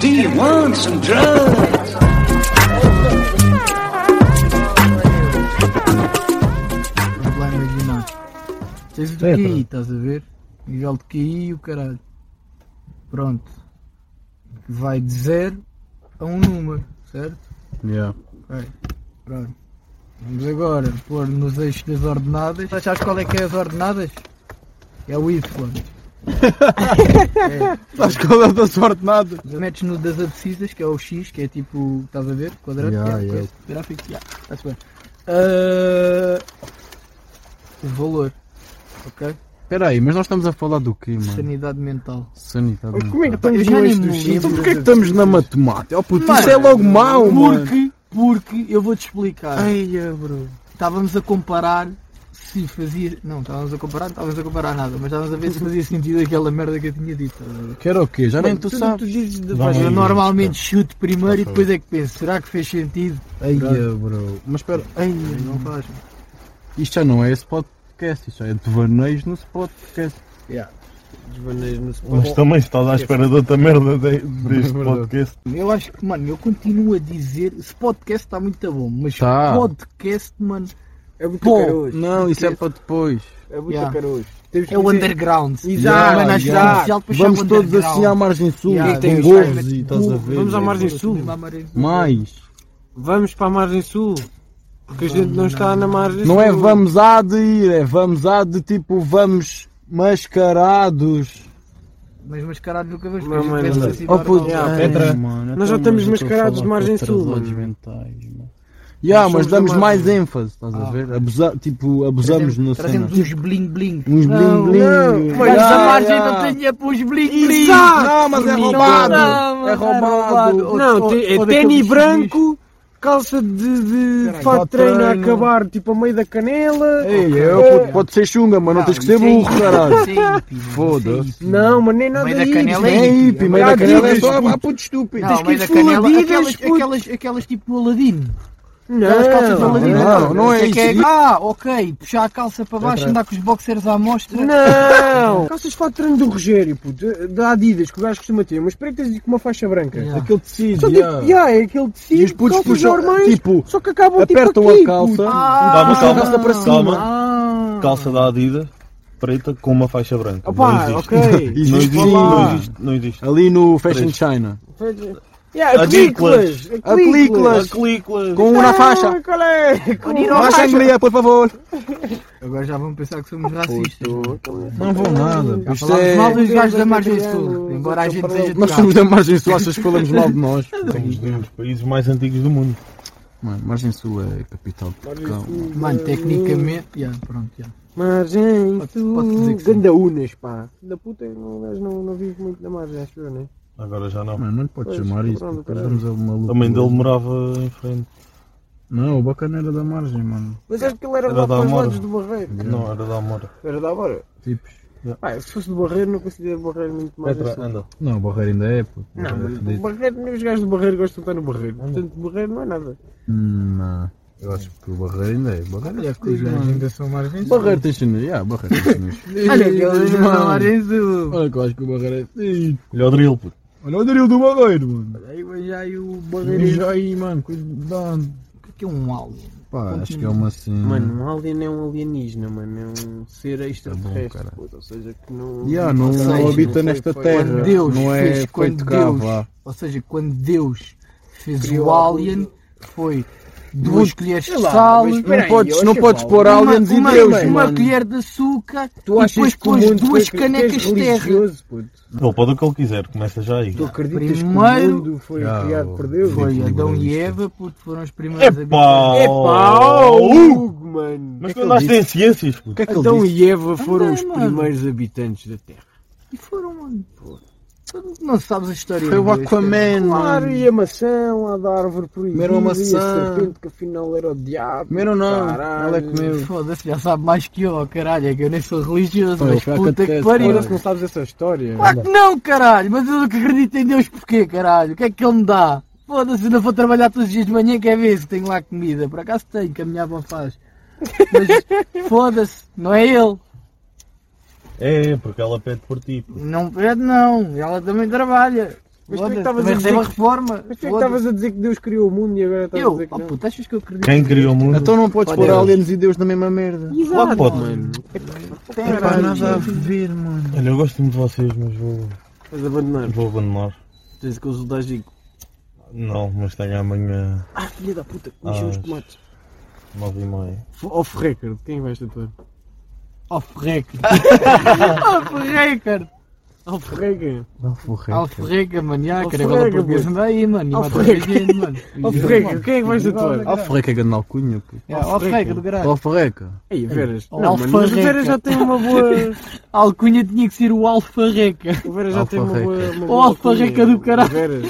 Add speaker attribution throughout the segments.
Speaker 1: Do you want some drugs?
Speaker 2: Os Blind Originais. é Tens de
Speaker 3: É,
Speaker 2: QI,
Speaker 3: pá.
Speaker 2: estás a ver? Nível de QI e o caralho. Pronto. Vai de 0 a um número, certo?
Speaker 3: Yeah.
Speaker 2: Ok. Pronto. Vamos agora pôr nos eixos das ordenadas. Sabes qual é que é as ordenadas? É o Y.
Speaker 3: Sabes qual é o da sorte nada?
Speaker 2: Metes no das abscissas, que é o X, que é tipo, estás a ver? Quadrado,
Speaker 3: Ya,
Speaker 2: que é, que
Speaker 3: ya.
Speaker 2: é este gráfico, ya, está-se bem. Ah, o valor, ok?
Speaker 3: Espera aí, mas nós estamos a falar do quê, mano?
Speaker 2: Sanidade mental.
Speaker 3: Sanidade. mental.
Speaker 4: Como é que
Speaker 2: Eu
Speaker 4: estamos
Speaker 2: já
Speaker 4: no
Speaker 2: nem
Speaker 4: eixo
Speaker 2: me
Speaker 4: dos
Speaker 2: lembro.
Speaker 3: Então
Speaker 4: símbolos?
Speaker 3: porquê é que estamos na matemática? Oh puto, isso
Speaker 2: Mano,
Speaker 3: é logo mau, mano.
Speaker 2: porque, porque, eu vou-te explicar.
Speaker 4: Ai, bro.
Speaker 2: Estávamos a comparar se fazia... Não, estávamos a comparar, não estávamos a comparar nada, mas estávamos a ver se fazia sentido aquela merda que eu tinha dito. estás a ver?
Speaker 3: Que era o quê? Já nem tu
Speaker 4: Tudo
Speaker 3: sabes.
Speaker 4: Tu dizes de...
Speaker 3: Vamos.
Speaker 2: Eu
Speaker 3: Ai,
Speaker 2: normalmente chuto primeiro e depois é que penso, será que fez sentido?
Speaker 3: Ai, é, bro. Mas espera, ai,
Speaker 2: Não faz.
Speaker 3: isto já não é esse podcast, isto já é de devaneios no podcast.
Speaker 4: Desvaneios no spot.
Speaker 5: Mas também estás à espera de outra merda de- deste podcast.
Speaker 2: Eu acho que, mano, eu continuo a dizer. Esse podcast está muito bom, mas
Speaker 3: Tá.
Speaker 2: podcast, mano,
Speaker 4: É muito caro
Speaker 3: Pô,
Speaker 4: hoje.
Speaker 3: não, isso é para depois.
Speaker 4: É muito
Speaker 2: Yeah.
Speaker 4: caro hoje. Temos que
Speaker 2: é o
Speaker 4: dizer-
Speaker 2: underground.
Speaker 4: Exato,
Speaker 2: Mano, acho que é
Speaker 4: exato.
Speaker 2: oficial depois
Speaker 3: Vamos
Speaker 2: chama o
Speaker 3: todos
Speaker 2: underground.
Speaker 3: assim à margem sul,
Speaker 2: Yeah,
Speaker 3: com
Speaker 2: tem-
Speaker 3: gorros e estás a ver.
Speaker 4: Vamos à
Speaker 3: é.
Speaker 4: margem
Speaker 2: Vamos
Speaker 4: sul.
Speaker 2: lá, Margem Sul.
Speaker 3: Mais.
Speaker 4: Vamos para a margem sul. Porque a gente não está na margem sul.
Speaker 3: Não é vamos a de ir, é vamos a de tipo vamos mascarados.
Speaker 2: Mas mascarado nunca um vamos
Speaker 4: Não, mano, não.
Speaker 2: ver.
Speaker 3: Oh, puto,
Speaker 4: Yeah,
Speaker 3: ai,
Speaker 4: Petra,
Speaker 3: mano,
Speaker 4: nós já
Speaker 3: então,
Speaker 4: estamos
Speaker 3: mas eu estou a
Speaker 4: mascarados de
Speaker 3: falar
Speaker 4: margem
Speaker 3: com
Speaker 4: sul,
Speaker 3: atrasados
Speaker 4: mano.
Speaker 3: mentais, mano. Yeah,
Speaker 4: Nós
Speaker 3: mas
Speaker 4: somos da
Speaker 3: damos mais
Speaker 4: margem.
Speaker 3: ênfase, estás a
Speaker 2: Ah,
Speaker 3: ver? Abusa, tipo, abusamos na cena.
Speaker 2: Trazemos uns bling bling.
Speaker 3: Uns
Speaker 2: Não,
Speaker 3: bling
Speaker 4: não,
Speaker 3: bling.
Speaker 2: Mas
Speaker 3: Yeah,
Speaker 2: a margem
Speaker 3: yeah.
Speaker 2: não tem dinheiro para os bling bling.
Speaker 3: Não, mas é
Speaker 2: Não,
Speaker 3: roubado.
Speaker 2: não,
Speaker 3: É roubado.
Speaker 4: Não,
Speaker 2: Ou-
Speaker 4: te-
Speaker 2: ou
Speaker 4: é
Speaker 2: daqueles
Speaker 4: tênis
Speaker 2: chineses.
Speaker 4: branco, calça de, de
Speaker 2: Caralho,
Speaker 4: fato de treino a
Speaker 3: treino.
Speaker 4: acabar tipo a meio da canela.
Speaker 3: Ei, é, puto, pode ser chunga, mas não tens que ser
Speaker 2: isso é
Speaker 3: burro,
Speaker 2: hippie,
Speaker 3: caralho.
Speaker 2: isso é hippie, mano,
Speaker 3: Foda-se.
Speaker 2: isso é hippie.
Speaker 4: Não, mas nem nada
Speaker 2: Meio da
Speaker 4: isso.
Speaker 2: canela
Speaker 3: É hippie, meio
Speaker 4: Já
Speaker 3: da canela é
Speaker 4: dizes,
Speaker 3: só
Speaker 4: puto.
Speaker 3: ah, puto estúpido.
Speaker 2: Não,
Speaker 4: que
Speaker 2: mas
Speaker 4: ir
Speaker 2: a canela,
Speaker 4: fuladidas,
Speaker 2: aquelas,
Speaker 4: puto.
Speaker 2: aquelas, aquelas tipo o Aladino. Aquelas calças
Speaker 4: Não,
Speaker 2: Aladino.
Speaker 3: É, não, não, não é
Speaker 2: que
Speaker 3: isso.
Speaker 2: Ah, ok, puxar a calça para baixo, andar com os boxers à mostra.
Speaker 4: Não! Calças de fato de treino do Rogério, puto, da Adidas, que o gajo costuma ter, umas pretas e com uma faixa branca.
Speaker 2: Yeah.
Speaker 3: Aquele tecido,
Speaker 4: Só
Speaker 3: yeah.
Speaker 4: tipo, yeah, é aquele tecido,
Speaker 3: E os putos
Speaker 4: calças
Speaker 3: puxam,
Speaker 4: normais,
Speaker 3: tipo,
Speaker 4: só que acabam
Speaker 3: apertam
Speaker 4: tipo aqui,
Speaker 3: a calça.
Speaker 4: puto.
Speaker 5: Calma, calma,
Speaker 3: calça para cima.
Speaker 5: calma.
Speaker 2: Ah.
Speaker 5: Calça da Adidas, preta com uma faixa branca.
Speaker 4: Opa,
Speaker 5: não existe.
Speaker 4: ok.
Speaker 5: Não
Speaker 3: Existe
Speaker 5: existe,
Speaker 3: sim,
Speaker 5: não
Speaker 3: mano.
Speaker 5: existe, não existe.
Speaker 3: Ali no Fashion
Speaker 5: Três.
Speaker 3: China.
Speaker 4: Yeah,
Speaker 5: A
Speaker 4: aclícolas,
Speaker 5: Diclas.
Speaker 4: aclícolas.
Speaker 3: Aclícolas.
Speaker 5: A película.
Speaker 3: Com uma na faixa.
Speaker 4: Ah, qual é? Com
Speaker 3: Uma sangria, por favor.
Speaker 2: Agora já vão pensar que somos racistas. né?
Speaker 3: Não vão nada.
Speaker 2: Já
Speaker 3: Isto
Speaker 2: falámos
Speaker 3: é...
Speaker 2: mal dos gajos da
Speaker 4: Eu
Speaker 2: Margem
Speaker 4: já
Speaker 2: Sul.
Speaker 4: tenho-
Speaker 2: Embora a
Speaker 4: eu
Speaker 2: gente
Speaker 4: já
Speaker 2: seja de
Speaker 3: Nós
Speaker 2: cá.
Speaker 3: somos da Margem Sul, achas que falamos mal de nós?
Speaker 5: Somos dos países mais antigos do mundo.
Speaker 3: Mano, Margem Sul é capital de Portugal.
Speaker 2: Mano, tecnicamente. Yeah, pronto, yeah.
Speaker 4: Margem,
Speaker 2: Pode-
Speaker 4: tu
Speaker 2: pode dizer que sim.
Speaker 4: ganda unas, pá. Da puta, não, o gajo não, não vive muito da margem, acho eu, né?
Speaker 5: Agora já não.
Speaker 3: Mano, não lhe podes
Speaker 4: Pois,
Speaker 3: chamar isso,
Speaker 4: pronto,
Speaker 3: porque depois
Speaker 4: caralho.
Speaker 3: vamos a uma luta.
Speaker 5: A mãe dele morava em frente.
Speaker 3: Não, o bacana era da Margem, mano.
Speaker 4: Mas acho que ele era
Speaker 5: Era
Speaker 4: lá
Speaker 5: da
Speaker 4: para os
Speaker 5: Amora.
Speaker 4: lados do Barreiro.
Speaker 5: Não, era da Amora.
Speaker 4: Era da Amora.
Speaker 3: Tipos.
Speaker 4: Pá, se fosse do Barreiro, não considero o Barreiro muito mais
Speaker 5: Petra,
Speaker 4: assim.
Speaker 5: anda.
Speaker 3: Não, o Barreiro ainda é, pô.
Speaker 4: Não,
Speaker 3: É
Speaker 4: mas o
Speaker 3: fedido.
Speaker 4: Barreiro, nem os gajos do Barreiro gostam de estar no Barreiro. Portanto, o Barreiro não é nada.
Speaker 3: Hum, Não, eu acho que o Barreiro ainda é. O Barreiro é
Speaker 2: Olha que os
Speaker 3: fedido,
Speaker 2: gajos
Speaker 3: mano.
Speaker 2: ainda são Margem Sul.
Speaker 3: Barreiro tem chinês. Yeah, Barreiro tem chinês.
Speaker 2: Olha que eles
Speaker 3: Mano.
Speaker 2: são Margem Sul.
Speaker 3: Olha que eu acho que o Barreiro é fedido.
Speaker 5: Olha o drill, puto.
Speaker 3: Olha o Daril do Barreiro, mano.
Speaker 2: Aí vai já aí o
Speaker 3: Diz
Speaker 2: barreirinho.
Speaker 3: aí, mano, cuidado.
Speaker 2: O que é que é um alien?
Speaker 3: Pá, acho que é uma assim.
Speaker 4: Mano, um alien é um alienígena, mano. É um ser extraterrestre.
Speaker 3: cara.
Speaker 4: puto, ou seja, que não.
Speaker 3: Yeah, ah, não,
Speaker 4: sei,
Speaker 3: não habita
Speaker 4: sei,
Speaker 3: nesta
Speaker 4: foi-
Speaker 3: terra.
Speaker 2: Quando Deus
Speaker 3: não é
Speaker 2: fez, quando
Speaker 3: feito cá,
Speaker 2: Deus,
Speaker 3: vá.
Speaker 2: ou seja, quando Deus fez
Speaker 4: Criou
Speaker 2: o
Speaker 4: a
Speaker 2: alien,
Speaker 4: coisa.
Speaker 2: foi duas colheres de
Speaker 4: sei lá,
Speaker 2: sal,
Speaker 4: mas
Speaker 2: uma,
Speaker 4: espera
Speaker 3: Não
Speaker 4: aí,
Speaker 3: podes,
Speaker 4: olha
Speaker 3: não
Speaker 4: que
Speaker 3: podes
Speaker 4: mal.
Speaker 3: pôr aliens e
Speaker 2: uma,
Speaker 3: Deus,
Speaker 2: uma é-
Speaker 3: mano.
Speaker 2: colher de açúcar
Speaker 4: Tu
Speaker 2: e
Speaker 4: achas
Speaker 2: depois
Speaker 4: que o
Speaker 2: pões
Speaker 4: mundo
Speaker 2: duas
Speaker 4: foi, que
Speaker 2: canecas
Speaker 4: és
Speaker 2: de terra.
Speaker 4: religioso, puto?
Speaker 5: Ele pode o que ele quiser, começa já aí.
Speaker 4: Tu acreditas que o
Speaker 2: Primeiro-
Speaker 4: mundo foi
Speaker 3: Ah,
Speaker 4: criado
Speaker 3: o-
Speaker 4: por Deus?
Speaker 2: Foi Adão e
Speaker 3: Equilibrista.
Speaker 2: Eva, porque foram os primeiros
Speaker 5: Epá!
Speaker 2: habitantes.
Speaker 4: Epá,
Speaker 5: oh, Hugo!
Speaker 4: Hugo, mano.
Speaker 5: Mas
Speaker 3: que
Speaker 5: tu
Speaker 3: ele
Speaker 5: andaste
Speaker 3: disse?
Speaker 5: em ciências, puto.
Speaker 3: que é que
Speaker 4: Adão e Eva foram
Speaker 2: Andei,
Speaker 4: os
Speaker 2: mano.
Speaker 4: primeiros habitantes da Terra.
Speaker 2: E foram, mano. Tu Não sabes a história.
Speaker 3: Foi o
Speaker 2: deles, cara.
Speaker 3: Aquaman,
Speaker 4: Claro,
Speaker 3: mano.
Speaker 4: e a maçã lá da árvore proibida,
Speaker 3: Comeram a
Speaker 4: e a
Speaker 3: maçã.
Speaker 4: serpente que afinal era o diabo.
Speaker 3: Primeiro não,
Speaker 4: Caralho.
Speaker 3: ela é que comeu.
Speaker 2: Foda-se, já sabe mais que eu, oh, caralho. É que eu nem sou religioso,
Speaker 3: Olha,
Speaker 2: mas
Speaker 3: foi a
Speaker 2: puta que
Speaker 3: catequese,
Speaker 2: pariu.
Speaker 3: olha.
Speaker 4: Foda-se, não sabes essa história.
Speaker 2: Claro que não, caralho, mas eu que acredito em Deus porquê, caralho? O que é que ele me dá? Foda-se, ainda vou trabalhar todos os dias de manhã, quer ver se tenho lá comida. Por acaso tenho, que a minha avó faz. Mas foda-se, não é ele.
Speaker 5: É, porque ela pede por ti. puto.
Speaker 2: Não pede não, ela também trabalha.
Speaker 4: Mas tu é que
Speaker 2: Foda-se,
Speaker 4: estavas a
Speaker 2: também
Speaker 4: dizer
Speaker 2: recebo a
Speaker 4: que-
Speaker 2: reforma.
Speaker 4: Mas tu é que estavas a dizer que Deus criou o mundo e agora
Speaker 2: Foda-se.
Speaker 4: estás a
Speaker 2: Eu,
Speaker 4: dizer que
Speaker 2: oh
Speaker 4: não.
Speaker 2: puta, achas que eu acredito?
Speaker 5: Quem criou o mundo?
Speaker 3: Então não podes
Speaker 2: Olha,
Speaker 3: pôr
Speaker 2: eu-
Speaker 3: aliens e Deus na mesma merda.
Speaker 4: Exato.
Speaker 5: pode.
Speaker 4: Tá mano.
Speaker 2: Tem
Speaker 3: Não
Speaker 2: agora
Speaker 3: tem nada a
Speaker 2: gente.
Speaker 3: ver, mano.
Speaker 5: Olha, eu gosto muito de vocês, mas vou,
Speaker 4: Vais abandonar.
Speaker 5: vou abandonar.
Speaker 4: Tens que consultar Gico.
Speaker 5: Não, mas tenho amanhã
Speaker 4: Ah, filha da puta, mexeu
Speaker 5: Ah,
Speaker 4: os
Speaker 5: mas-
Speaker 4: tomates.
Speaker 5: nove e meia.
Speaker 4: F- Off record, quem é vais tatuar?
Speaker 2: Off record. Off record.
Speaker 4: Off record.
Speaker 5: Não, forrei.
Speaker 2: Off record, mano. Já,
Speaker 4: Off
Speaker 2: quero agora
Speaker 4: record,
Speaker 2: português.
Speaker 4: puto.
Speaker 2: Anda aí, mano. e
Speaker 4: Off
Speaker 2: mata a
Speaker 4: record.
Speaker 2: gente, mano.
Speaker 4: Off record, quem é que vais tatuar?
Speaker 3: Ó Ferreca, grande alcunha, pô.
Speaker 2: É, Off record, caralho.
Speaker 3: Ó Ferreca.
Speaker 4: Aí, Veras.
Speaker 2: Ó,
Speaker 4: Não, mano, mas o
Speaker 2: alfarreca.
Speaker 4: Veras já tem uma boa.
Speaker 2: A alcunha tinha que ser o alfarreca.
Speaker 4: O Veras já tem uma boa. uma
Speaker 2: Ó,
Speaker 4: boa
Speaker 2: alfarreca
Speaker 4: alcunha.
Speaker 2: do caralho.
Speaker 4: O Veras.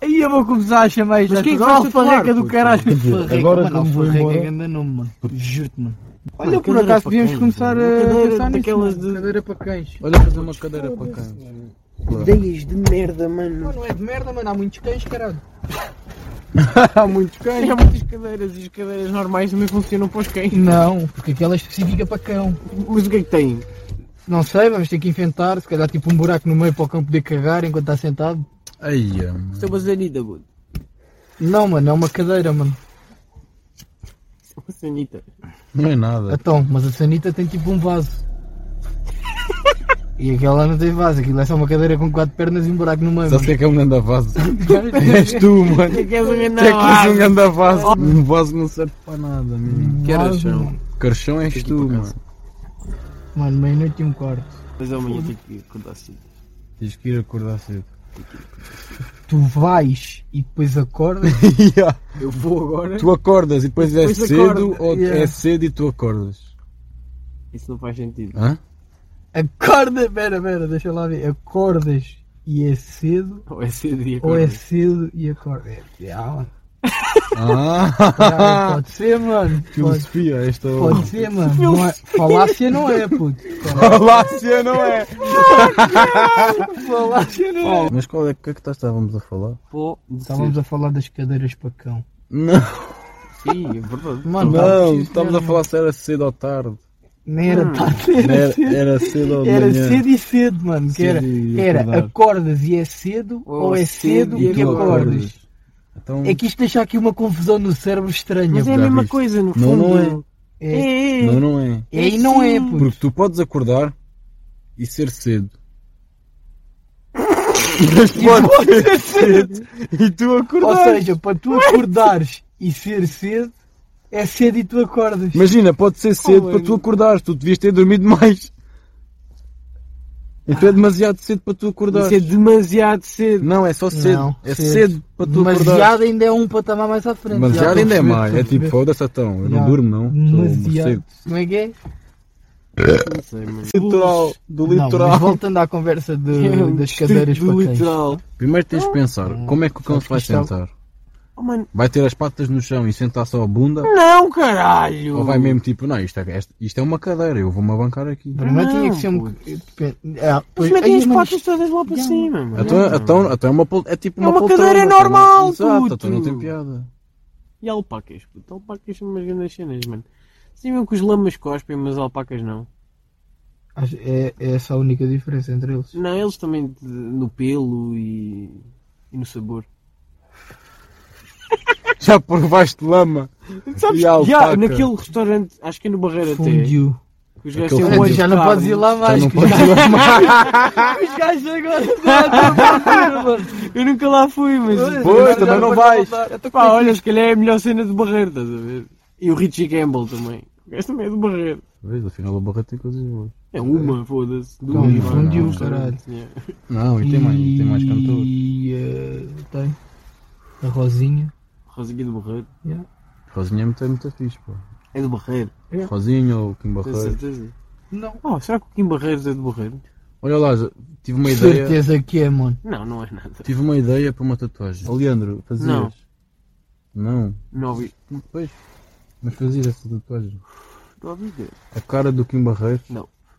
Speaker 2: Aí eu vou começar a chamar isto.
Speaker 4: Mas quem é que
Speaker 2: Ó,
Speaker 4: vais tatuar,
Speaker 2: alfarreca do
Speaker 4: puto?
Speaker 2: caralho. Alfarreca,
Speaker 5: agora
Speaker 2: mano.
Speaker 5: como vou
Speaker 2: Alfarreca é
Speaker 5: embora-
Speaker 2: grande nome, mano. Juro-te, mano.
Speaker 4: Olha,
Speaker 2: Olha, por
Speaker 4: cadeira
Speaker 2: acaso
Speaker 4: para
Speaker 2: devíamos
Speaker 4: cães,
Speaker 2: começar
Speaker 4: mano.
Speaker 2: a
Speaker 4: Uma cadeira
Speaker 2: pensar nisso.
Speaker 4: daquelas
Speaker 2: mano.
Speaker 4: de-
Speaker 2: Cadeira para cães.
Speaker 3: Olha fazer uma cadeira para cá.
Speaker 4: Ideias de merda, mano.
Speaker 2: Não é de merda, mano. Há muitos cães, caralho.
Speaker 3: Há muitos
Speaker 4: Há muitas cadeiras e as cadeiras normais também funcionam para os cães.
Speaker 2: Não, porque aquela é específica para cão.
Speaker 4: Mas o que é que tem?
Speaker 2: Não sei, vamos ter que inventar, se calhar tipo um buraco no meio para o cão poder cagar enquanto está sentado.
Speaker 3: Aí, mano.
Speaker 4: Isto é uma zanita, puto.
Speaker 2: Não, mano, é uma cadeira, mano.
Speaker 4: Isto é uma zanita.
Speaker 3: Não é nada.
Speaker 2: Então, mas a sanita tem tipo um vaso. E aquela não tem vaso, aquilo é só uma cadeira com quatro pernas e um buraco no meio.
Speaker 3: Só
Speaker 2: mano.
Speaker 3: sei que é um ganda vaso. És tu, mano.
Speaker 4: É que és um
Speaker 3: Tu é que és um
Speaker 4: grande
Speaker 3: ganda vaso. Um vaso não serve para nada, mesmo.
Speaker 2: Um vaso, mano.
Speaker 3: Carchão és tu, mano.
Speaker 2: Mano, meia-noite e um quarto.
Speaker 4: Mas amanhã tenho que contar assim.
Speaker 3: Tens que ir acordar cedo.
Speaker 2: Tu vais e depois acordas.
Speaker 3: Ya.
Speaker 4: Eu vou agora.
Speaker 3: Tu acordas e depois, é
Speaker 4: Depois
Speaker 3: cedo
Speaker 4: acorda,
Speaker 3: ou
Speaker 2: ya.
Speaker 3: é cedo e tu acordas?
Speaker 4: Isso não faz sentido.
Speaker 3: Hã?
Speaker 2: Acorda, pera, pera, deixa lá ver. Acordas e é cedo,
Speaker 4: Ou é cedo e
Speaker 2: ou
Speaker 4: agora.
Speaker 2: é cedo e acorda. É, já, mano. Já,
Speaker 3: Ah!
Speaker 2: pode ser, mano. Pode,
Speaker 3: Filosofia, esta
Speaker 2: pode ser, mano. Não é- falácia não é, puto.
Speaker 3: Falácia não é?
Speaker 2: Falácia não é.
Speaker 3: Mas qual é que é que nós estávamos a falar?
Speaker 4: Pô, de
Speaker 2: Estávamos a falar das cadeiras para cão.
Speaker 3: Não,
Speaker 4: cedo. Sim, é verdade.
Speaker 2: Mano,
Speaker 3: não,
Speaker 2: preciso
Speaker 3: estávamos
Speaker 2: mesmo.
Speaker 3: a falar se era cedo ou tarde.
Speaker 2: Nem era tarde, era,
Speaker 3: Era,
Speaker 2: cedo.
Speaker 3: era cedo ou de
Speaker 2: Era
Speaker 3: manhã.
Speaker 2: cedo e cedo, mano. Que era,
Speaker 3: Cedo e
Speaker 2: era
Speaker 3: acordar.
Speaker 2: acordas e é cedo, ou, é cedo, e, acordas.
Speaker 3: Então,
Speaker 2: É que isto deixa aqui uma confusão no cérebro estranha.
Speaker 4: Mas é a
Speaker 3: já
Speaker 4: mesma
Speaker 3: viste.
Speaker 4: coisa, no
Speaker 3: Não,
Speaker 4: fundo.
Speaker 3: não
Speaker 2: é, é,
Speaker 4: É, é.
Speaker 3: não, não é.
Speaker 2: e não é, puto.
Speaker 3: Porque tu podes acordar e ser cedo. Mas pode ser cedo e tu
Speaker 2: Ou
Speaker 3: acordares.
Speaker 2: seja, para tu acordares e ser cedo, é cedo e tu acordas.
Speaker 3: Imagina, pode ser cedo
Speaker 4: é,
Speaker 3: para tu
Speaker 4: mano?
Speaker 3: acordares. Tu devias ter dormido mais. Então é demasiado cedo para tu acordares.
Speaker 4: Isso é demasiado cedo.
Speaker 3: Não, é só cedo.
Speaker 2: Não,
Speaker 3: é
Speaker 2: cedo.
Speaker 3: cedo, para tu acordares.
Speaker 2: Demasiado ainda é um patamar mais à frente. já,
Speaker 3: Demasiado
Speaker 2: estou
Speaker 3: ainda é
Speaker 2: a perceber,
Speaker 3: mais.
Speaker 2: estou a
Speaker 3: É tipo,
Speaker 2: perceber.
Speaker 3: foda-se então. Eu
Speaker 2: Já.
Speaker 3: não durmo não. Sou um
Speaker 2: Demasiado.
Speaker 3: morcego.
Speaker 2: Como é que é?
Speaker 4: Não sei, mano.
Speaker 3: Litoral. Do
Speaker 2: Não, mas
Speaker 3: litoral.
Speaker 2: voltando à conversa de-
Speaker 4: É um
Speaker 2: Eh, das
Speaker 4: distrito
Speaker 2: cadeiras para
Speaker 4: do
Speaker 2: cães.
Speaker 4: litoral.
Speaker 3: Primeiro tens de pensar. Como é que o cão se vai
Speaker 2: Sabes que isto
Speaker 3: sentar?
Speaker 4: Oh, mano.
Speaker 3: Vai ter as patas no chão e sentar só a bunda?
Speaker 4: Não, caralho!
Speaker 3: Ou vai mesmo tipo, não, isto é, isto é uma cadeira. Eu vou-me abancar aqui.
Speaker 2: Primeiro tinha
Speaker 4: Não,
Speaker 2: que ser um.
Speaker 4: puto.
Speaker 2: Depende- Ah,
Speaker 4: Mas
Speaker 2: pois-
Speaker 4: metem
Speaker 2: Ai,
Speaker 4: é as
Speaker 2: mas
Speaker 4: patas todas lá para cima, mano.
Speaker 3: Então, então, então é uma pol- é tipo
Speaker 4: É uma
Speaker 3: poltrona,
Speaker 4: cadeira
Speaker 3: então não-
Speaker 4: normal,
Speaker 3: Exato,
Speaker 4: puto.
Speaker 3: então não tem piada.
Speaker 4: E alpacas, puto. Alpacas são umas grandes cenas, mano. Sabiam que os lamas cospem, mas alpacas não.
Speaker 2: Acho- É, é essa a única diferença entre eles.
Speaker 4: Não, eles também de- no pelo e, e no sabor.
Speaker 3: Já provaste lama.
Speaker 4: Sabes,
Speaker 3: E a
Speaker 4: já,
Speaker 3: alpaca?
Speaker 4: naquele restaurante, acho que é no Barreira até,
Speaker 2: Fundiu.
Speaker 4: que os gajos
Speaker 3: Aquele
Speaker 4: têm um
Speaker 3: fundiu.
Speaker 4: olho de
Speaker 2: Já não
Speaker 4: carne.
Speaker 2: podes ir lá
Speaker 3: Já
Speaker 2: mais.
Speaker 3: não
Speaker 2: que os
Speaker 3: podes ir lá mais.
Speaker 2: gajos- Os gajos agora estão à tua procura, mano.
Speaker 4: Eu nunca lá fui,
Speaker 2: é.
Speaker 4: mas...
Speaker 3: Pois,
Speaker 2: Já
Speaker 3: também não
Speaker 2: podes
Speaker 3: vais.
Speaker 2: voltar. Eu tô com
Speaker 4: Pá,
Speaker 2: medo.
Speaker 4: olha, se calhar é a melhor cena de Barreiro, estás a ver? E o Richie Campbell também. O gajo também é do Barreiro.
Speaker 3: Vês, afinal a barra tem coisas boas.
Speaker 4: É uma, É. foda-se. Duas,
Speaker 2: Não,
Speaker 4: vá,
Speaker 2: confundiu,
Speaker 4: não,
Speaker 2: caralho.
Speaker 4: Yeah.
Speaker 3: Não, e tem mais, tem mais cantores.
Speaker 2: E eh, tem. A Rosinha.
Speaker 4: Rosinha do Barreiro.
Speaker 3: Rosinha é muito, é muito fixe, pô.
Speaker 4: É do Barreiro.
Speaker 2: É.
Speaker 3: Rosinha ou Kim
Speaker 4: Tenho
Speaker 3: Barreiro.
Speaker 4: certeza.
Speaker 2: Não.
Speaker 4: Oh, será que o Kim Barreiros é do Barreiro?
Speaker 3: Olha lá, já- tive uma ideia.
Speaker 2: Certeza que é, mano.
Speaker 4: Não, não é nada.
Speaker 3: Tive uma ideia para uma tatuagem. Ó, Leandro, fazias? Não.
Speaker 4: Não ouvi.
Speaker 3: Pois. Mas fazias essa tatuagem.
Speaker 4: Não ouvi. cara.
Speaker 3: A cara do Kim Barreiro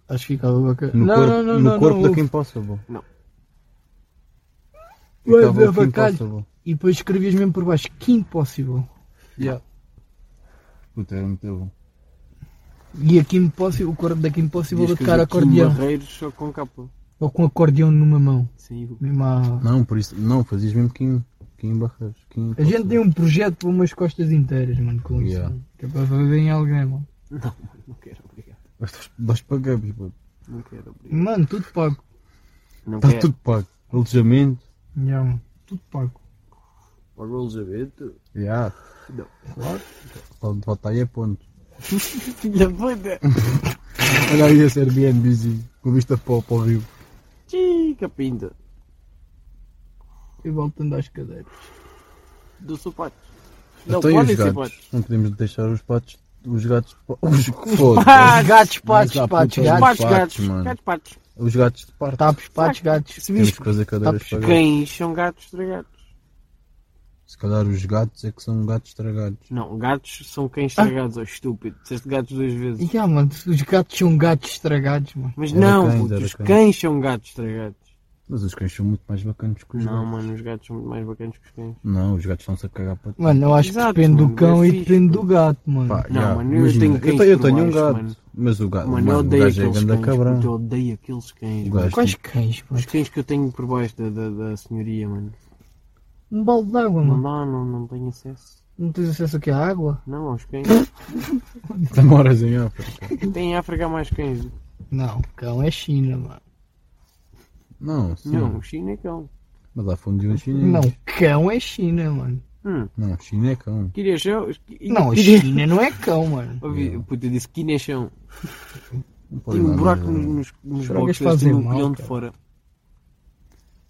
Speaker 2: Acho que ficava bacana.
Speaker 3: no
Speaker 2: não,
Speaker 3: corpo,
Speaker 2: não, não,
Speaker 3: no
Speaker 2: não,
Speaker 3: corpo
Speaker 2: não.
Speaker 3: da Kim Possible.
Speaker 4: Não.
Speaker 2: Ué,
Speaker 3: Ficava o Kim
Speaker 2: bacalho.
Speaker 3: Possible.
Speaker 2: E depois escrevias mesmo por baixo. Que impossível.
Speaker 3: Puta, era muito bom.
Speaker 2: E a Kim Possible, o corpo da Kim Possible
Speaker 4: Diz
Speaker 2: a
Speaker 4: que
Speaker 2: Tipo, tocar
Speaker 4: o Kim
Speaker 2: acordeão.
Speaker 4: Barreiros só com capa.
Speaker 2: Ou com acordeão numa mão.
Speaker 3: Sim.
Speaker 2: Mesmo à-
Speaker 3: Não, por isso. Não, fazias mesmo que em, que em barreiros. Que em
Speaker 2: A gente tem um projeto para umas costas inteiras, mano, com isso.
Speaker 3: Yeah.
Speaker 2: mano. Que é para ver em alguém, mano.
Speaker 4: Não quero, obrigado.
Speaker 3: Vais- Vais pagar, pô.
Speaker 4: Não quero, obrigado.
Speaker 2: Mano, tudo pago.
Speaker 4: Não
Speaker 3: Está Tá tudo pago. Alojamento.
Speaker 2: Yeah, mano. Tudo pago.
Speaker 4: Para o alojamento.
Speaker 3: Já.
Speaker 4: Não.
Speaker 3: Claro. Pode voltar aí é ponto.
Speaker 2: Filha puta.
Speaker 3: Olha aí esse Airbnbzinho. Com vista para, o- para o rio.
Speaker 4: Chica pinta.
Speaker 2: E voltando às cadeiras.
Speaker 4: Do sapato.
Speaker 3: Não,
Speaker 4: podem
Speaker 3: os
Speaker 4: ser
Speaker 3: gatos.
Speaker 4: patos.
Speaker 3: Não podemos deixar os patos. Os gatos. pa- Os foda.
Speaker 2: gatos, patos,
Speaker 3: Mas há
Speaker 2: patos, gatos.
Speaker 3: puta Gatos,
Speaker 4: Patos,
Speaker 3: patos,
Speaker 4: gatos.
Speaker 3: mano.
Speaker 4: Gatos, patos.
Speaker 3: Os gatos de parte.
Speaker 2: Tapos, patos, gatos.
Speaker 3: Temos que fazer cadeiras
Speaker 2: Tapos.
Speaker 3: para gatos.
Speaker 4: Cães são gatos estragados.
Speaker 3: Se calhar os gatos é que são gatos estragados.
Speaker 4: Não, gatos são cães
Speaker 3: Ah.
Speaker 4: estragados, ó estúpido. Disseste gatos duas vezes.
Speaker 2: E ah, mano, os gatos são gatos estragados, mano.
Speaker 4: Mas
Speaker 3: Era
Speaker 4: não,
Speaker 3: cães,
Speaker 4: puto,
Speaker 3: era
Speaker 4: os
Speaker 3: cães.
Speaker 4: cães são gatos estragados.
Speaker 3: Mas os cães são muito mais bacanas que os
Speaker 4: Não,
Speaker 3: gatos.
Speaker 4: mano, os gatos são muito mais bacanas que os cães.
Speaker 3: Não, os gatos estão-se a cagar para ti.
Speaker 2: Mano, eu acho
Speaker 4: Exato,
Speaker 2: que depende
Speaker 4: mano,
Speaker 2: do cão
Speaker 4: é
Speaker 2: e
Speaker 4: fixe,
Speaker 2: depende do gato, mano.
Speaker 3: Pá,
Speaker 4: Não,
Speaker 3: já,
Speaker 4: mano, eu
Speaker 3: imagina,
Speaker 4: tenho
Speaker 3: eu
Speaker 4: cães
Speaker 3: tenho- eu tenho um
Speaker 4: por baixo,
Speaker 3: gato,
Speaker 4: mano.
Speaker 3: mas o gato,
Speaker 4: Mano,
Speaker 3: mano,
Speaker 4: eu
Speaker 3: o
Speaker 4: odeio
Speaker 3: gajo é
Speaker 4: aqueles
Speaker 3: grande
Speaker 4: cães,
Speaker 3: cabrão.
Speaker 4: puto, eu odeio aqueles cães.
Speaker 3: O
Speaker 4: mano.
Speaker 3: gajo,
Speaker 2: Quais
Speaker 3: tipo,
Speaker 2: cães, pô?
Speaker 4: Os cães que eu tenho por baixo da, da, da senhoria, mano.
Speaker 2: Um balde de
Speaker 3: Hum.
Speaker 2: água,
Speaker 4: Não
Speaker 2: mano.
Speaker 4: dá, não, não tenho acesso.
Speaker 2: Não tens acesso aqui à água?
Speaker 4: Não, aos cães.
Speaker 3: tu moras em África.
Speaker 4: Tem em África há mais cães.
Speaker 2: Não, cão é China, mano.
Speaker 3: Não, sim.
Speaker 4: Não, o China é cão.
Speaker 3: Mas há fundo de um chinês.
Speaker 2: Não, cão é China, mano.
Speaker 4: Hum,
Speaker 3: Não, chinês é cão.
Speaker 4: Kinechão.
Speaker 2: Não, China não é cão, mano.
Speaker 4: Ouvi, puta, eu disse Kinechão.
Speaker 3: Não pode
Speaker 4: Tem um
Speaker 3: dar
Speaker 4: buraco
Speaker 3: nada.
Speaker 4: nos, nos, nos
Speaker 2: Drogas
Speaker 4: boxes,
Speaker 2: fazem
Speaker 4: tem um
Speaker 2: mal,
Speaker 4: colhão de
Speaker 2: cara.
Speaker 4: fora.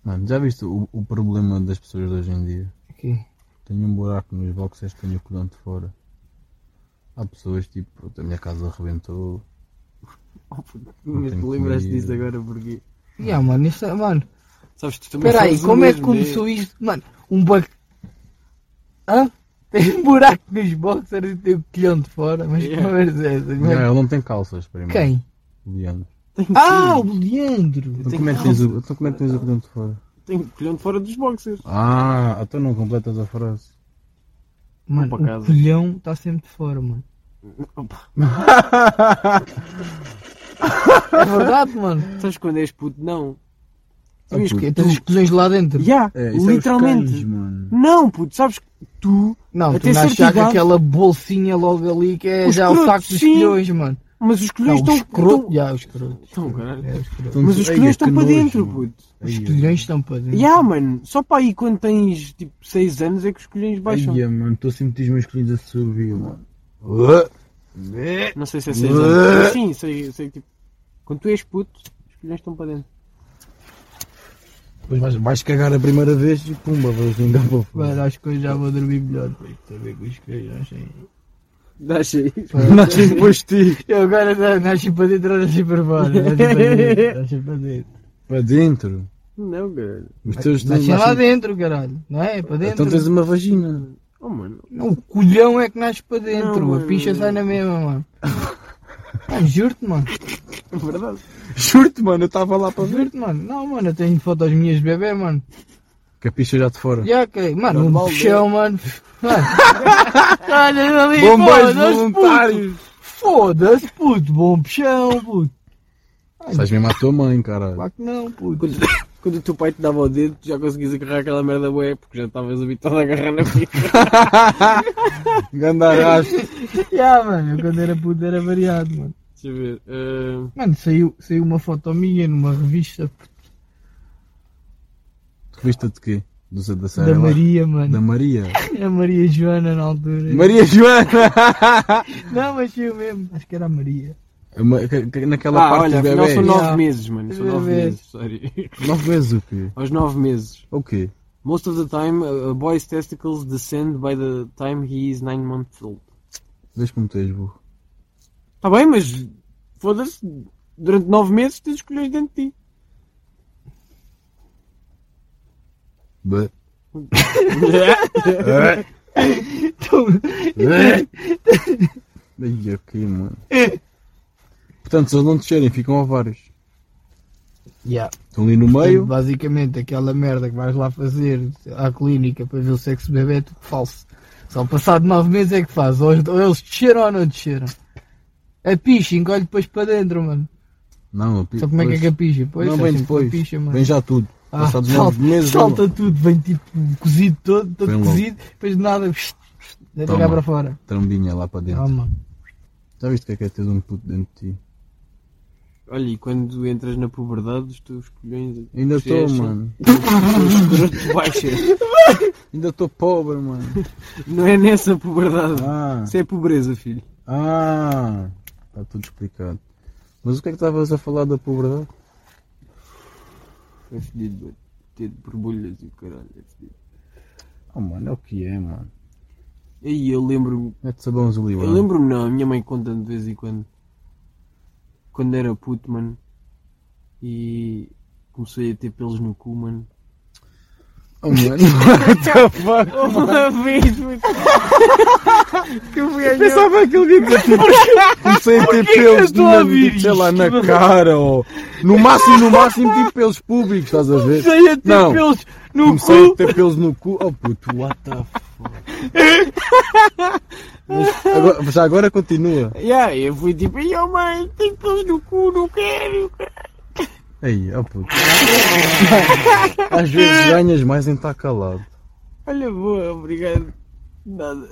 Speaker 3: Mano, já viste o, o problema das pessoas de hoje em dia?
Speaker 2: Aqui.
Speaker 3: Tenho um buraco nos boxers, tenho o colão de fora. Há pessoas tipo, "Puta, a minha casa arrebentou.
Speaker 4: Oh, puto,
Speaker 3: Não
Speaker 4: mas
Speaker 3: tem
Speaker 4: te lembraste
Speaker 3: comida.
Speaker 4: disso agora porque.
Speaker 2: Yeah, mano, isso é, mano.
Speaker 4: Sabes, tu também
Speaker 2: Espera aí,
Speaker 4: fazes o
Speaker 2: como é que
Speaker 4: assim mesmo, né?
Speaker 2: começou isto? Mano, um buraco. Hã? Tem um buraco nos boxers e tem um quilhão de fora, mas que
Speaker 4: Yeah.
Speaker 2: conversa é essa? Como é que-
Speaker 3: Não, ele não tem calças, primeiro.
Speaker 2: Quem?
Speaker 3: O Leandro.
Speaker 2: Ah, o Leandro!
Speaker 3: Então
Speaker 4: tenho
Speaker 3: como, é que tens o, então como é que tens o colão de fora?
Speaker 4: né? Tem um colhão de fora dos boxers.
Speaker 3: Ah, então não completas a frase.
Speaker 2: Mano,
Speaker 4: Vou para
Speaker 2: o
Speaker 4: casa.
Speaker 2: colhão está sempre de fora, mano.
Speaker 4: Opa,
Speaker 2: É verdade, mano.
Speaker 4: sabes quando és puto? Não. Tu
Speaker 3: Ah,
Speaker 4: és
Speaker 3: puto.
Speaker 2: Porque tens os colhões lá dentro.
Speaker 4: Ya,
Speaker 3: É,
Speaker 2: é
Speaker 4: literalmente.
Speaker 3: mano.
Speaker 4: não, puto, sabes que tu,
Speaker 2: Não, tu
Speaker 4: Até
Speaker 2: nasces já
Speaker 4: certa
Speaker 2: com
Speaker 4: idade.
Speaker 2: aquela bolsinha logo ali que é
Speaker 4: Os
Speaker 2: já o
Speaker 4: crotos,
Speaker 2: saco dos
Speaker 4: sim.
Speaker 2: colhões, mano.
Speaker 4: mas os
Speaker 2: Não,
Speaker 4: colhões
Speaker 2: os
Speaker 4: estão.
Speaker 2: crotos.
Speaker 4: estão-
Speaker 2: Já, os crotos.
Speaker 4: estão, caralho.
Speaker 2: É, os
Speaker 3: Então,
Speaker 2: crotos.
Speaker 4: Mas os colhões estão para dentro, puto.
Speaker 2: Os colhões estão para dentro.
Speaker 4: Ya, mano, só para aí quando tens tipo 6 anos é que os colhões baixam.
Speaker 3: Ai, mano, estou a sentir os meus colhões a subir, mano.
Speaker 4: Não sei se é 6 anos. Mas Sim, sei, sei tipo. Quando tu és puto, os colhões estão para dentro.
Speaker 3: Depois vais, vais cagar a primeira vez e pumba, vais ainda para
Speaker 2: Mano,
Speaker 3: fora.
Speaker 2: acho que eu já vou dormir melhor depois de saber que os colhões aí.
Speaker 4: Deixa aí.
Speaker 3: Nasces depois de ti.
Speaker 2: Eu agora já nasci para dentro, ou nasci para fora. Nasci para dentro, nasci para dentro.
Speaker 3: Para dentro.
Speaker 4: Não, caralho.
Speaker 3: Os teus
Speaker 2: Nasci lá
Speaker 3: nascem-
Speaker 2: dentro, caralho. Não é? Para dentro.
Speaker 3: Então tens uma vagina.
Speaker 4: Oh, mano.
Speaker 2: Não, o colhão é que nasce para dentro.
Speaker 4: Não,
Speaker 2: a picha
Speaker 4: mano.
Speaker 2: sai na mesma, mano. Mano, juro-te, mano.
Speaker 4: É verdade.
Speaker 3: Juro-te, mano, eu estava lá para ver.
Speaker 2: Juro-te, mano. Não, mano, eu tenho fotos minhas de bebê, mano.
Speaker 3: Capicha já de fora.
Speaker 2: Já, ok. Mano,
Speaker 4: Normal,
Speaker 2: um puxão, mano. Mano. Olha, ali,
Speaker 3: Bombeiros
Speaker 2: foda-se, puto.
Speaker 3: voluntários.
Speaker 2: Foda-se, puto. Bom puxão, puto.
Speaker 3: Sais mesmo à tua mãe, caralho.
Speaker 2: Claro que não, puto.
Speaker 4: Quando, quando o teu pai te dava o dedo, tu já conseguias agarrar aquela merda boé, porque já estavas habituado a agarrar na pica.
Speaker 3: Ganda arrasto.
Speaker 2: Já, mano. Eu quando era puto era variado, mano.
Speaker 4: Deixa eu ver. ah,
Speaker 2: Mano, saiu, saiu uma foto minha numa revista
Speaker 3: Revista de quê? Do Zé da
Speaker 2: da
Speaker 3: Série
Speaker 2: Maria, É.
Speaker 3: Da
Speaker 2: mano.
Speaker 3: Maria.
Speaker 2: A Maria Joana na altura.
Speaker 3: Maria Joana!
Speaker 2: Não, mas saiu mesmo. Acho que era a Maria.
Speaker 3: É Uma- que- que- Naquela
Speaker 4: ah,
Speaker 3: parte
Speaker 4: olha,
Speaker 3: do bebê.
Speaker 4: afinal são
Speaker 2: nove
Speaker 4: 9
Speaker 2: Yeah.
Speaker 4: meses, mano. São 9
Speaker 2: Bebés.
Speaker 4: meses, sorry.
Speaker 3: Nove vezes o quê?
Speaker 4: Aos 9 meses.
Speaker 3: O quê?
Speaker 4: Most of the time, a, a boy's testicles descend by the time he is 9 months old.
Speaker 3: Vês como tu és burro.
Speaker 4: Tá bem, mas foda-se, durante 9 meses tens os colhões dentro de ti.
Speaker 3: Bã.
Speaker 2: Então,
Speaker 3: Ai, ok, é mano. Portanto, se eles não descerem, ficam ovários.
Speaker 2: Já.
Speaker 3: Estão ali no
Speaker 2: Portanto,
Speaker 3: meio.
Speaker 2: Então, basicamente, aquela merda que vais lá fazer à clínica para ver o sexo do bebê é tudo falso. Só passado nove meses é que É faz. Ou, ou eles desceram ou não desceram. A picha encolhe depois para dentro, mano.
Speaker 3: Não, a pi-
Speaker 2: Sabe como é que é que a picha? Pois,
Speaker 3: Não,
Speaker 2: sabe
Speaker 3: vem
Speaker 2: sempre que a
Speaker 3: depois.
Speaker 2: picha, mano.
Speaker 3: Vem já tudo.
Speaker 2: Ah,
Speaker 3: Passados
Speaker 2: salta,
Speaker 3: nove meses.
Speaker 2: salta tudo, vem tipo cozido todo, todo
Speaker 3: Vem logo.
Speaker 2: cozido, depois de nada, deita cá
Speaker 3: Toma.
Speaker 2: para fora.
Speaker 3: Trambinha lá para dentro.
Speaker 2: Calma.
Speaker 3: Já viste o que é que é ter um puto dentro de ti?
Speaker 4: Olha, e quando entras na puberdade, os teus colhões.
Speaker 3: Ainda estou,
Speaker 4: crescem,
Speaker 3: mano.
Speaker 4: Os escrotos baixam.
Speaker 3: Ainda estou pobre, mano.
Speaker 4: Não é nessa puberdade.
Speaker 3: Ah,
Speaker 4: Isso é pobreza, filho.
Speaker 3: ah. Está tudo explicado. Mas o que é que estavas a falar da pobreza?
Speaker 4: É fedido, mano. Ter borbulhas e o caralho, é fedido.
Speaker 3: Ah, mano, é o que é, mano.
Speaker 4: E aí eu lembro-me
Speaker 3: Mete sabões ali,
Speaker 4: Eu
Speaker 3: mano.
Speaker 4: lembro-me não, a minha mãe conta de vez em quando. Quando era puto, mano. E comecei a ter pelos no cu, mano.
Speaker 3: Oh, mano.
Speaker 4: Uma vez, mano.
Speaker 3: Pensava que alguém tinha tipo. Comecei a ter pelos, tinha, tipo, sei lá, na cara, ou. No máximo, no máximo, tipo pelos públicos, estás a ver?
Speaker 2: Comecei a ter
Speaker 3: Não.
Speaker 2: pelos no
Speaker 3: Comecei
Speaker 2: cu.
Speaker 3: a ter pelos no cu. Oh puto, what the fuck. Mas agora- já agora continua.
Speaker 4: Yeah, eu fui tipo, ai oh, mãe, tenho pelos no cu, não quero.
Speaker 3: Aí, oh puto. Às vezes ganhas mais em estar calado.
Speaker 4: Olha, boa, obrigado. Nada.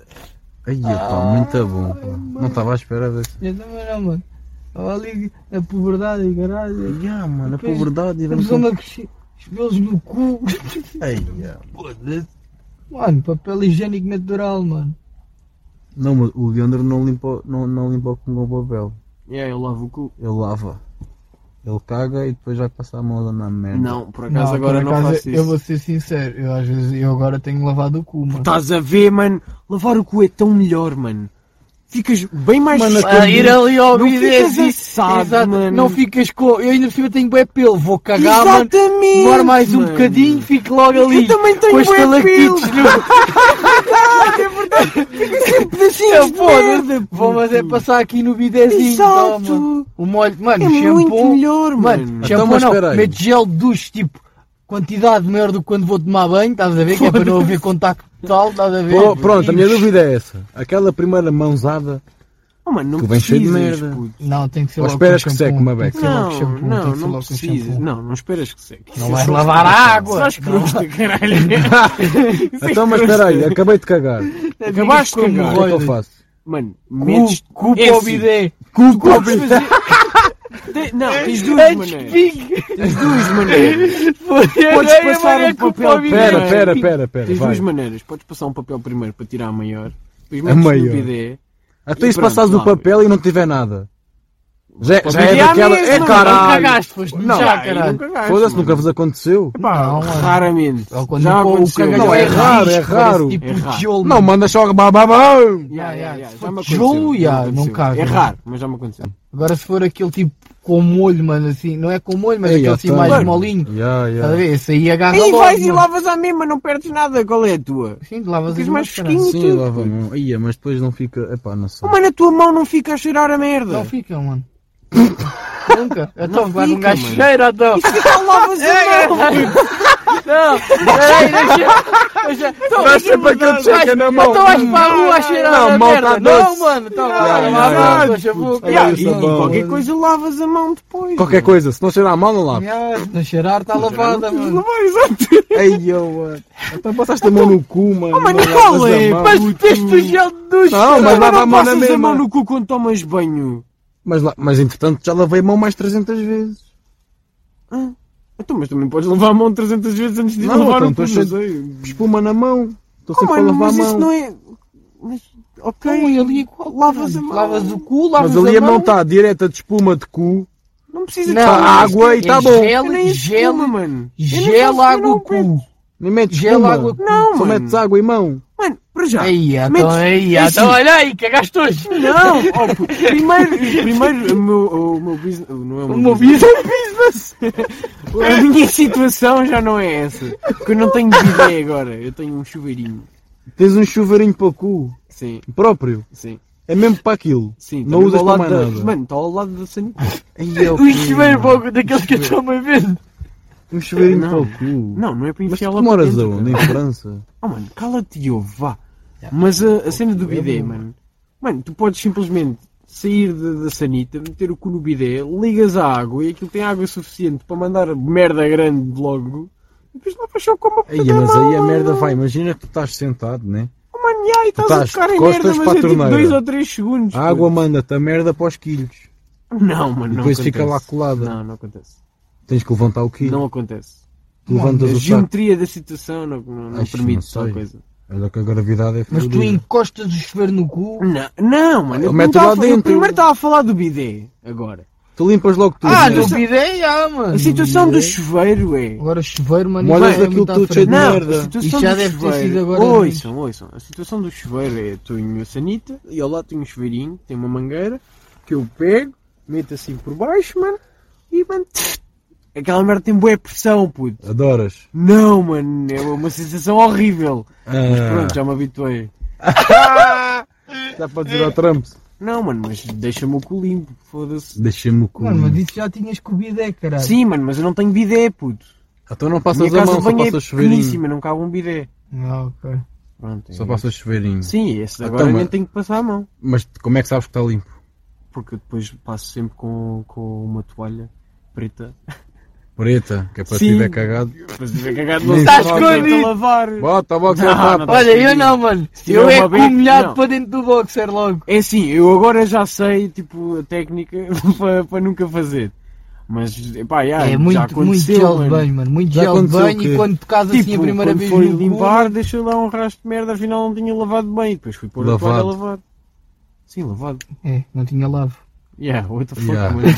Speaker 3: Aí, pá, muito bom. Pá. Não estava à espera desse.
Speaker 2: Eu também não, mano. Olha ali a puberdade e caralho. é
Speaker 3: Ya, ah, mano, a
Speaker 2: Depois-
Speaker 3: pobreza e vamos.
Speaker 2: Começando a crescer os pelos no cu.
Speaker 3: Ei, ya.
Speaker 2: Mano, papel higiênico natural, mano.
Speaker 3: Não, mas o Leandro não limpa, não, não limpa com o papel.
Speaker 4: Yeah, É, eu lavo o cu.
Speaker 3: Ele lava. Ele caga e depois vai passar a mão na merda.
Speaker 4: Não, por acaso agora
Speaker 2: É, por
Speaker 4: não
Speaker 2: acaso,
Speaker 4: faço isso.
Speaker 2: Eu vou ser sincero, eu às vezes eu agora tenho lavado o cu, mano.
Speaker 4: Estás a ver, mano? Lavar o cu é tão melhor, mano. Ficas bem mais
Speaker 2: Ah, ir ali ao
Speaker 4: Não
Speaker 2: bidê,
Speaker 4: ficas
Speaker 2: sim.
Speaker 4: assado,
Speaker 2: Exato,
Speaker 4: mano.
Speaker 2: Não ficas com. Eu ainda por cima tenho bué pelo, vou cagar, mano.
Speaker 4: Exatamente!
Speaker 2: Demoro mais um
Speaker 4: mano.
Speaker 2: bocadinho, fico logo ali.
Speaker 4: Eu também tenho
Speaker 2: com as
Speaker 4: bué
Speaker 2: estalactites
Speaker 4: pelo.
Speaker 2: no-
Speaker 4: Pedacinhos
Speaker 2: Eu
Speaker 4: de
Speaker 2: foda
Speaker 4: merda,
Speaker 2: Vou, mas é
Speaker 4: puto.
Speaker 2: passar aqui no bidézinho.
Speaker 4: Exato.
Speaker 2: toma. O molho, mano,
Speaker 4: É
Speaker 2: o shampoo.
Speaker 4: muito melhor, mano.
Speaker 2: Mano, shampoo
Speaker 3: Então, mas espera
Speaker 2: não,
Speaker 3: aí.
Speaker 2: meto gel de duche, tipo, quantidade maior do que quando vou tomar banho, estás a ver? Que é para não haver contacto total, estás a ver?
Speaker 3: Pro- pronto, a minha dúvida é essa. Aquela primeira mãozada
Speaker 4: Oh, mano, não
Speaker 3: Tu vens cheio de merda.
Speaker 4: puto.
Speaker 2: Não, tem que ser
Speaker 3: Ou
Speaker 2: logo
Speaker 3: esperas
Speaker 2: com
Speaker 3: que
Speaker 2: shampoo,
Speaker 3: seque uma
Speaker 2: tem que ser
Speaker 4: Não,
Speaker 2: logo com shampoo, tem
Speaker 4: não,
Speaker 2: que ser
Speaker 4: não
Speaker 2: logo com
Speaker 4: precisas.
Speaker 2: shampoo.
Speaker 4: Não, não esperas que seque.
Speaker 2: Não vais lavar a água.
Speaker 4: Só escrosta, caralho. Isso é
Speaker 3: Então, mas
Speaker 4: escroto.
Speaker 3: espera aí, acabei de cagar.
Speaker 4: Acabaste de
Speaker 2: Como
Speaker 3: O
Speaker 4: cagar.
Speaker 3: que é que eu
Speaker 2: roides.
Speaker 3: faço?
Speaker 4: Mano, metes... é assim.
Speaker 2: Cu, cu
Speaker 4: Esse.
Speaker 2: para o bidé.
Speaker 4: Tu podes fazer- Te- Não,
Speaker 2: É
Speaker 4: tens duas maneiras. Tens duas maneiras. Podes passar um papel...
Speaker 2: né?
Speaker 3: Pera,
Speaker 4: primeiro.
Speaker 3: pera, pera, pera.
Speaker 4: Tens
Speaker 3: Vai.
Speaker 4: duas maneiras. Podes passar um papel primeiro para tirar a maior. Depois
Speaker 3: A
Speaker 4: metes no
Speaker 3: maior.
Speaker 4: bidé.
Speaker 3: Até
Speaker 4: E
Speaker 3: isso
Speaker 4: pronto,
Speaker 3: passares o
Speaker 4: lá.
Speaker 3: papel e não tiver nada. Já, já é
Speaker 4: E à
Speaker 3: daquela.
Speaker 4: mesa,
Speaker 3: É
Speaker 4: não,
Speaker 3: caralho.
Speaker 2: Cagaste, foste
Speaker 3: Não,
Speaker 2: já,
Speaker 4: Aí
Speaker 2: caralho.
Speaker 4: nunca gasto,
Speaker 3: Foda-se,
Speaker 4: mano.
Speaker 3: nunca vos aconteceu.
Speaker 2: Pá, mano.
Speaker 4: Raramente.
Speaker 2: Ou quando
Speaker 4: Já
Speaker 2: o- o
Speaker 4: aconteceu.
Speaker 2: cagalhão
Speaker 3: Não, é
Speaker 2: risco,
Speaker 3: raro, é
Speaker 2: parece
Speaker 3: raro.
Speaker 2: Tipo
Speaker 4: É
Speaker 2: um
Speaker 4: raro.
Speaker 2: tijolo,
Speaker 3: Não, manda só. bababão.
Speaker 4: Ya, ya, ya,
Speaker 2: Se
Speaker 4: já
Speaker 2: for
Speaker 4: me
Speaker 2: tijolo,
Speaker 4: aconteceu,
Speaker 2: ya,
Speaker 4: já me
Speaker 2: não
Speaker 4: aconteceu.
Speaker 2: caga.
Speaker 4: É raro, mas já me aconteceu.
Speaker 2: Agora se for aquele tipo com molho, mano, assim, não é com molho, mas
Speaker 3: Ei,
Speaker 2: aquele
Speaker 3: já
Speaker 2: assim
Speaker 3: tá.
Speaker 2: mais
Speaker 3: Mano.
Speaker 2: molinho.
Speaker 3: Ya, ya.
Speaker 2: Estás a ver? Esse aí agarra
Speaker 4: Aí
Speaker 2: logo.
Speaker 4: vais e
Speaker 2: mano.
Speaker 4: lavas à mesma, não perdes nada. Qual é a tua?
Speaker 2: Sim, lavas as
Speaker 4: Ficas
Speaker 2: mãos,
Speaker 4: mais
Speaker 2: caralho.
Speaker 4: fresquinho.
Speaker 3: Sim,
Speaker 4: tudo.
Speaker 3: lava a mão. Ia, mas depois não fica. Epá, não sei.
Speaker 4: Oh, mano, a tua mão não fica a cheirar a merda.
Speaker 2: Não fica, mano. Nunca. Então,
Speaker 4: Não
Speaker 2: vai um
Speaker 4: fica,
Speaker 2: gajo
Speaker 4: mano.
Speaker 2: cheira, então.
Speaker 4: Então lavas a mão.
Speaker 2: Não, peraí, deixa. deixa-
Speaker 3: Dá sempre aquele checa na mão.
Speaker 2: Então vais para a rua a
Speaker 3: Não,
Speaker 2: cheirar a
Speaker 3: a mão
Speaker 2: merda.
Speaker 3: tá
Speaker 2: não,
Speaker 3: doce.
Speaker 2: mano. Então,
Speaker 3: Não,
Speaker 2: vai,
Speaker 3: não,
Speaker 2: vai,
Speaker 3: não.
Speaker 2: deixa a boca.
Speaker 3: Olha
Speaker 4: Ya,
Speaker 3: isso,
Speaker 4: E
Speaker 3: a mão.
Speaker 4: qualquer coisa lavas a mão depois.
Speaker 3: Qualquer coisa, se não cheirar a mão, não lava.
Speaker 2: Ah, se Não cheirar, está lavada, mano.
Speaker 3: Ei, eu. Então passaste a mão no cu, Oh, mano. eh,
Speaker 4: mano,
Speaker 3: Não
Speaker 4: qual
Speaker 3: lavas a
Speaker 4: é?
Speaker 3: mão.
Speaker 2: Mas meteste o gel de duche.
Speaker 3: Não, mas
Speaker 4: Mas
Speaker 3: lava a
Speaker 4: não
Speaker 3: mão na
Speaker 4: passas a
Speaker 3: mesma.
Speaker 4: mão no cu quando tomas banho.
Speaker 3: Mas, lá, mas entretanto já lavei a mão mais 300 vezes.
Speaker 4: Então, mas também podes lavar a mão 300 vezes antes de
Speaker 3: Não,
Speaker 4: lavar
Speaker 3: então,
Speaker 4: o cu.
Speaker 3: tô
Speaker 4: Não
Speaker 3: cheio-
Speaker 4: sei.
Speaker 3: Espuma na mão. Estou
Speaker 4: Oh,
Speaker 3: sempre a
Speaker 4: mano,
Speaker 3: lavar a
Speaker 4: mas isso
Speaker 3: mão.
Speaker 4: não é... Mas, ok.
Speaker 2: Não, e ali é igual,
Speaker 4: Lavas a
Speaker 2: mano.
Speaker 4: mão.
Speaker 2: Lavas o cu, lavas
Speaker 3: Mas ali é a mão
Speaker 2: mão. tá
Speaker 3: está direta de espuma de cu.
Speaker 4: Não precisa
Speaker 2: Não,
Speaker 4: de
Speaker 3: Tá
Speaker 4: lavar.
Speaker 3: água e
Speaker 2: é
Speaker 3: tá bom.
Speaker 2: Gel,
Speaker 4: Eu nem
Speaker 2: gel,
Speaker 4: espuma, mano. Eu nem faço
Speaker 2: gel, água,
Speaker 4: não,
Speaker 2: o cu.
Speaker 3: Nem metes
Speaker 2: Gel,
Speaker 3: espuma.
Speaker 2: água, cu.
Speaker 4: Não,
Speaker 3: Só
Speaker 4: mano.
Speaker 3: metes água e mão.
Speaker 4: Mano, para já.
Speaker 2: Aí, então,
Speaker 4: Metes-
Speaker 2: aí,
Speaker 4: é
Speaker 2: então,
Speaker 4: assim.
Speaker 2: olha aí, cagaste hoje.
Speaker 4: Não, ó, pu- primeiro, primeiro o meu, o meu business, não é o meu, business. A minha situação já não é essa. Porque eu não tenho bidé agora, eu tenho um chuveirinho.
Speaker 3: Tens um chuveirinho para o cu.
Speaker 4: Sim,
Speaker 3: Próprio.
Speaker 4: sim,
Speaker 3: É mesmo para aquilo.
Speaker 4: sim.
Speaker 3: Não
Speaker 4: Também
Speaker 3: usas
Speaker 4: ao
Speaker 3: para
Speaker 4: lado
Speaker 3: mais
Speaker 4: da-
Speaker 3: nada.
Speaker 4: Mano, está ao lado da sanidade.
Speaker 3: Ai, é o
Speaker 2: O
Speaker 3: cu.
Speaker 2: chuveiro pouco daqueles que eu estou a ver.
Speaker 3: Um chuveirinho
Speaker 4: Não.
Speaker 3: para o cu.
Speaker 4: Não, não é para
Speaker 3: Mas
Speaker 4: enfiar
Speaker 3: tu
Speaker 4: lá
Speaker 3: moras
Speaker 4: para
Speaker 3: aonde? Em França?
Speaker 4: Oh, mano, cala-te, eu vá. Mas a, a cena do bidé, mano. Mano, tu podes simplesmente sair da, da sanita, meter o cu no bidé, ligas a água e aquilo tem água suficiente para mandar merda grande logo. E depois lá para o chão com uma puta
Speaker 3: Aí, mas
Speaker 4: mão,
Speaker 3: aí a
Speaker 4: mano.
Speaker 3: merda vai. Imagina que tu estás sentado, né?
Speaker 4: Oh, mano, já, e estás a
Speaker 3: Estás de
Speaker 4: tocar em
Speaker 3: costas
Speaker 4: merda, mas
Speaker 3: para a
Speaker 4: é tipo
Speaker 3: torneira.
Speaker 4: 2 ou 3 segundos.
Speaker 3: A água
Speaker 4: puto.
Speaker 3: manda-te a merda para os quilhos.
Speaker 4: Não, mano, não
Speaker 3: Depois
Speaker 4: acontece.
Speaker 3: fica lá colada.
Speaker 4: Não, não acontece.
Speaker 3: Tens que levantar o quilho.
Speaker 4: Não acontece.
Speaker 3: Tu levantas
Speaker 4: a
Speaker 3: o saco.
Speaker 4: geometria da situação não, não, não
Speaker 3: Ai, não
Speaker 4: permite tal
Speaker 3: sei.
Speaker 4: coisa.
Speaker 3: Olha que a gravidade é
Speaker 2: Mas tu
Speaker 3: fodida.
Speaker 2: encostas o chuveiro no cu.
Speaker 4: Não, não mano. Eu,
Speaker 3: Ele mete
Speaker 4: não tava
Speaker 3: lá
Speaker 4: a fa- eu
Speaker 3: dentro.
Speaker 4: primeiro estava a falar do bidê. Agora.
Speaker 3: Tu limpas logo tudo.
Speaker 2: Ah,
Speaker 3: né?
Speaker 2: no bidé, ah, mano.
Speaker 4: A
Speaker 2: no
Speaker 4: situação do
Speaker 2: bidé.
Speaker 4: chuveiro é.
Speaker 2: Agora chuveiro, mano.
Speaker 3: Molhas
Speaker 2: isso é
Speaker 3: aquilo
Speaker 2: muito à
Speaker 3: tudo
Speaker 2: frente.
Speaker 3: cheio de
Speaker 4: Não,
Speaker 3: merda.
Speaker 4: a situação
Speaker 2: Isto já
Speaker 4: do
Speaker 2: deve ter
Speaker 4: chuveiro.
Speaker 2: sido agora
Speaker 4: Ouçam, ouçam. A situação do chuveiro é: tenho a sanita e ao lado tenho um chuveirinho, tem uma mangueira que eu pego, meto assim por baixo, mano, e mano. Aquela merda tem boa pressão, puto.
Speaker 3: Adoras.
Speaker 4: Não, mano, é uma sensação horrível. Mas
Speaker 3: Ah,
Speaker 4: pronto, já me habituei.
Speaker 3: já para dizer ao Trump.
Speaker 4: Não, mano, mas deixa-me o cu limpo, foda-se.
Speaker 3: Deixa-me o cu.
Speaker 2: Mano, mas isso já tinhas com o bidé, caralho.
Speaker 4: Sim, mano, mas eu não tenho bidé, puto.
Speaker 3: Então não
Speaker 4: A minha
Speaker 3: passas a
Speaker 4: casa
Speaker 3: mão,
Speaker 4: de
Speaker 3: só
Speaker 4: banho é
Speaker 3: passas chuveirinho.
Speaker 4: pequeníssima, não cabe um bidé.
Speaker 2: Ah, ok.
Speaker 4: Pronto, é
Speaker 3: Só
Speaker 4: isso.
Speaker 3: passas chuveirinho.
Speaker 4: Sim, esse
Speaker 3: Então,
Speaker 4: agora nem
Speaker 3: mas-
Speaker 4: tenho que passar a mão.
Speaker 3: Mas como é que sabes que está limpo?
Speaker 4: Porque eu depois passo sempre com, com uma toalha preta.
Speaker 3: Preta, que é para
Speaker 4: Sim.
Speaker 3: se tiver cagado.
Speaker 4: Depois de ver cagado não
Speaker 3: Nem
Speaker 4: estás
Speaker 3: sabe.
Speaker 4: a então lavar.
Speaker 3: Bota, bota,
Speaker 4: Não,
Speaker 3: bota.
Speaker 4: não.
Speaker 2: Olha, eu não, mano.
Speaker 4: Se tiver
Speaker 2: Eu é
Speaker 4: uma
Speaker 2: com
Speaker 4: vez-
Speaker 2: o molhado
Speaker 4: não.
Speaker 2: para dentro do boxer logo.
Speaker 4: É assim, eu agora já sei, tipo, a técnica para, para nunca fazer. Mas, pá, já,
Speaker 2: É
Speaker 4: já
Speaker 2: muito,
Speaker 4: aconteceu,
Speaker 2: muito gel de
Speaker 4: mano.
Speaker 2: banho, mano. Muito
Speaker 3: Já
Speaker 2: gel de
Speaker 3: aconteceu
Speaker 2: banho
Speaker 3: o quê?
Speaker 2: e quando tocas assim a
Speaker 4: Tipo,
Speaker 2: primeira
Speaker 4: quando
Speaker 2: vez
Speaker 4: foi
Speaker 2: no cu,
Speaker 4: limpar, deixou lá um rastro de merda, afinal não tinha lavado bem. Depois fui pôr a
Speaker 3: Lavado.
Speaker 4: toalha lavado. Sim, lavado.
Speaker 2: É, não tinha lavo.
Speaker 4: Yeah, what the fuck,
Speaker 3: Yeah.
Speaker 4: mano.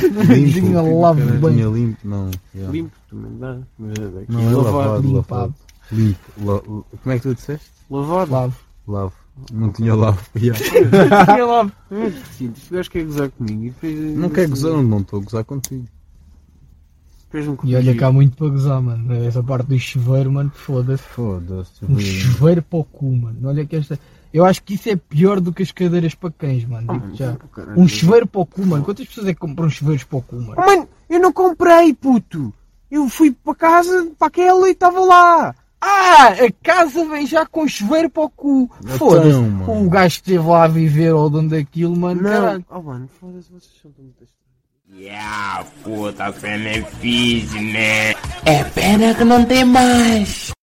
Speaker 2: Tinha lavado
Speaker 3: Caralho,
Speaker 2: bem.
Speaker 3: Tinha limpo, não. yeah.
Speaker 4: Limpo, também dá. Mas é daqui.
Speaker 3: Não é lavado,
Speaker 2: Limpado.
Speaker 3: lavado. Limpo. la- Como é que tu disseste?
Speaker 4: Lavado.
Speaker 2: Lavo.
Speaker 3: Lavo. Não tinha lavo. Yeah.
Speaker 2: tinha lavo.
Speaker 4: É, Sim, este gajo quer gozar comigo e depois... assim,
Speaker 3: Não quer gozar, não estou a gozar contigo.
Speaker 4: Depois me
Speaker 2: E olha cá muito para gozar, mano. Essa parte do chuveiro, mano, foda-se.
Speaker 3: Foda-se.
Speaker 2: Um
Speaker 3: chuveirinho.
Speaker 2: chuveiro para o cu, mano. Olha que esta. Eu acho que isso é pior do que as cadeiras para cães, mano.
Speaker 4: mano,
Speaker 2: Já.
Speaker 4: Oh, caralho.
Speaker 2: Um chuveiro para o cu, mano. Quantas pessoas é que compram chuveiros para o cu, mano?
Speaker 4: Oh, Mano, eu não comprei, puto. Eu fui para casa, para aquela e estava lá.
Speaker 2: Ah, a casa vem já com chuveiro para o cu. Foda-se.
Speaker 3: mano.
Speaker 2: O gajo que esteve lá a viver ou dono daquilo, mano. Caralho.
Speaker 4: Oh, mano, foda-se, vocês são tão muito estranhos.
Speaker 6: Yeah, puta, você me fiz, né?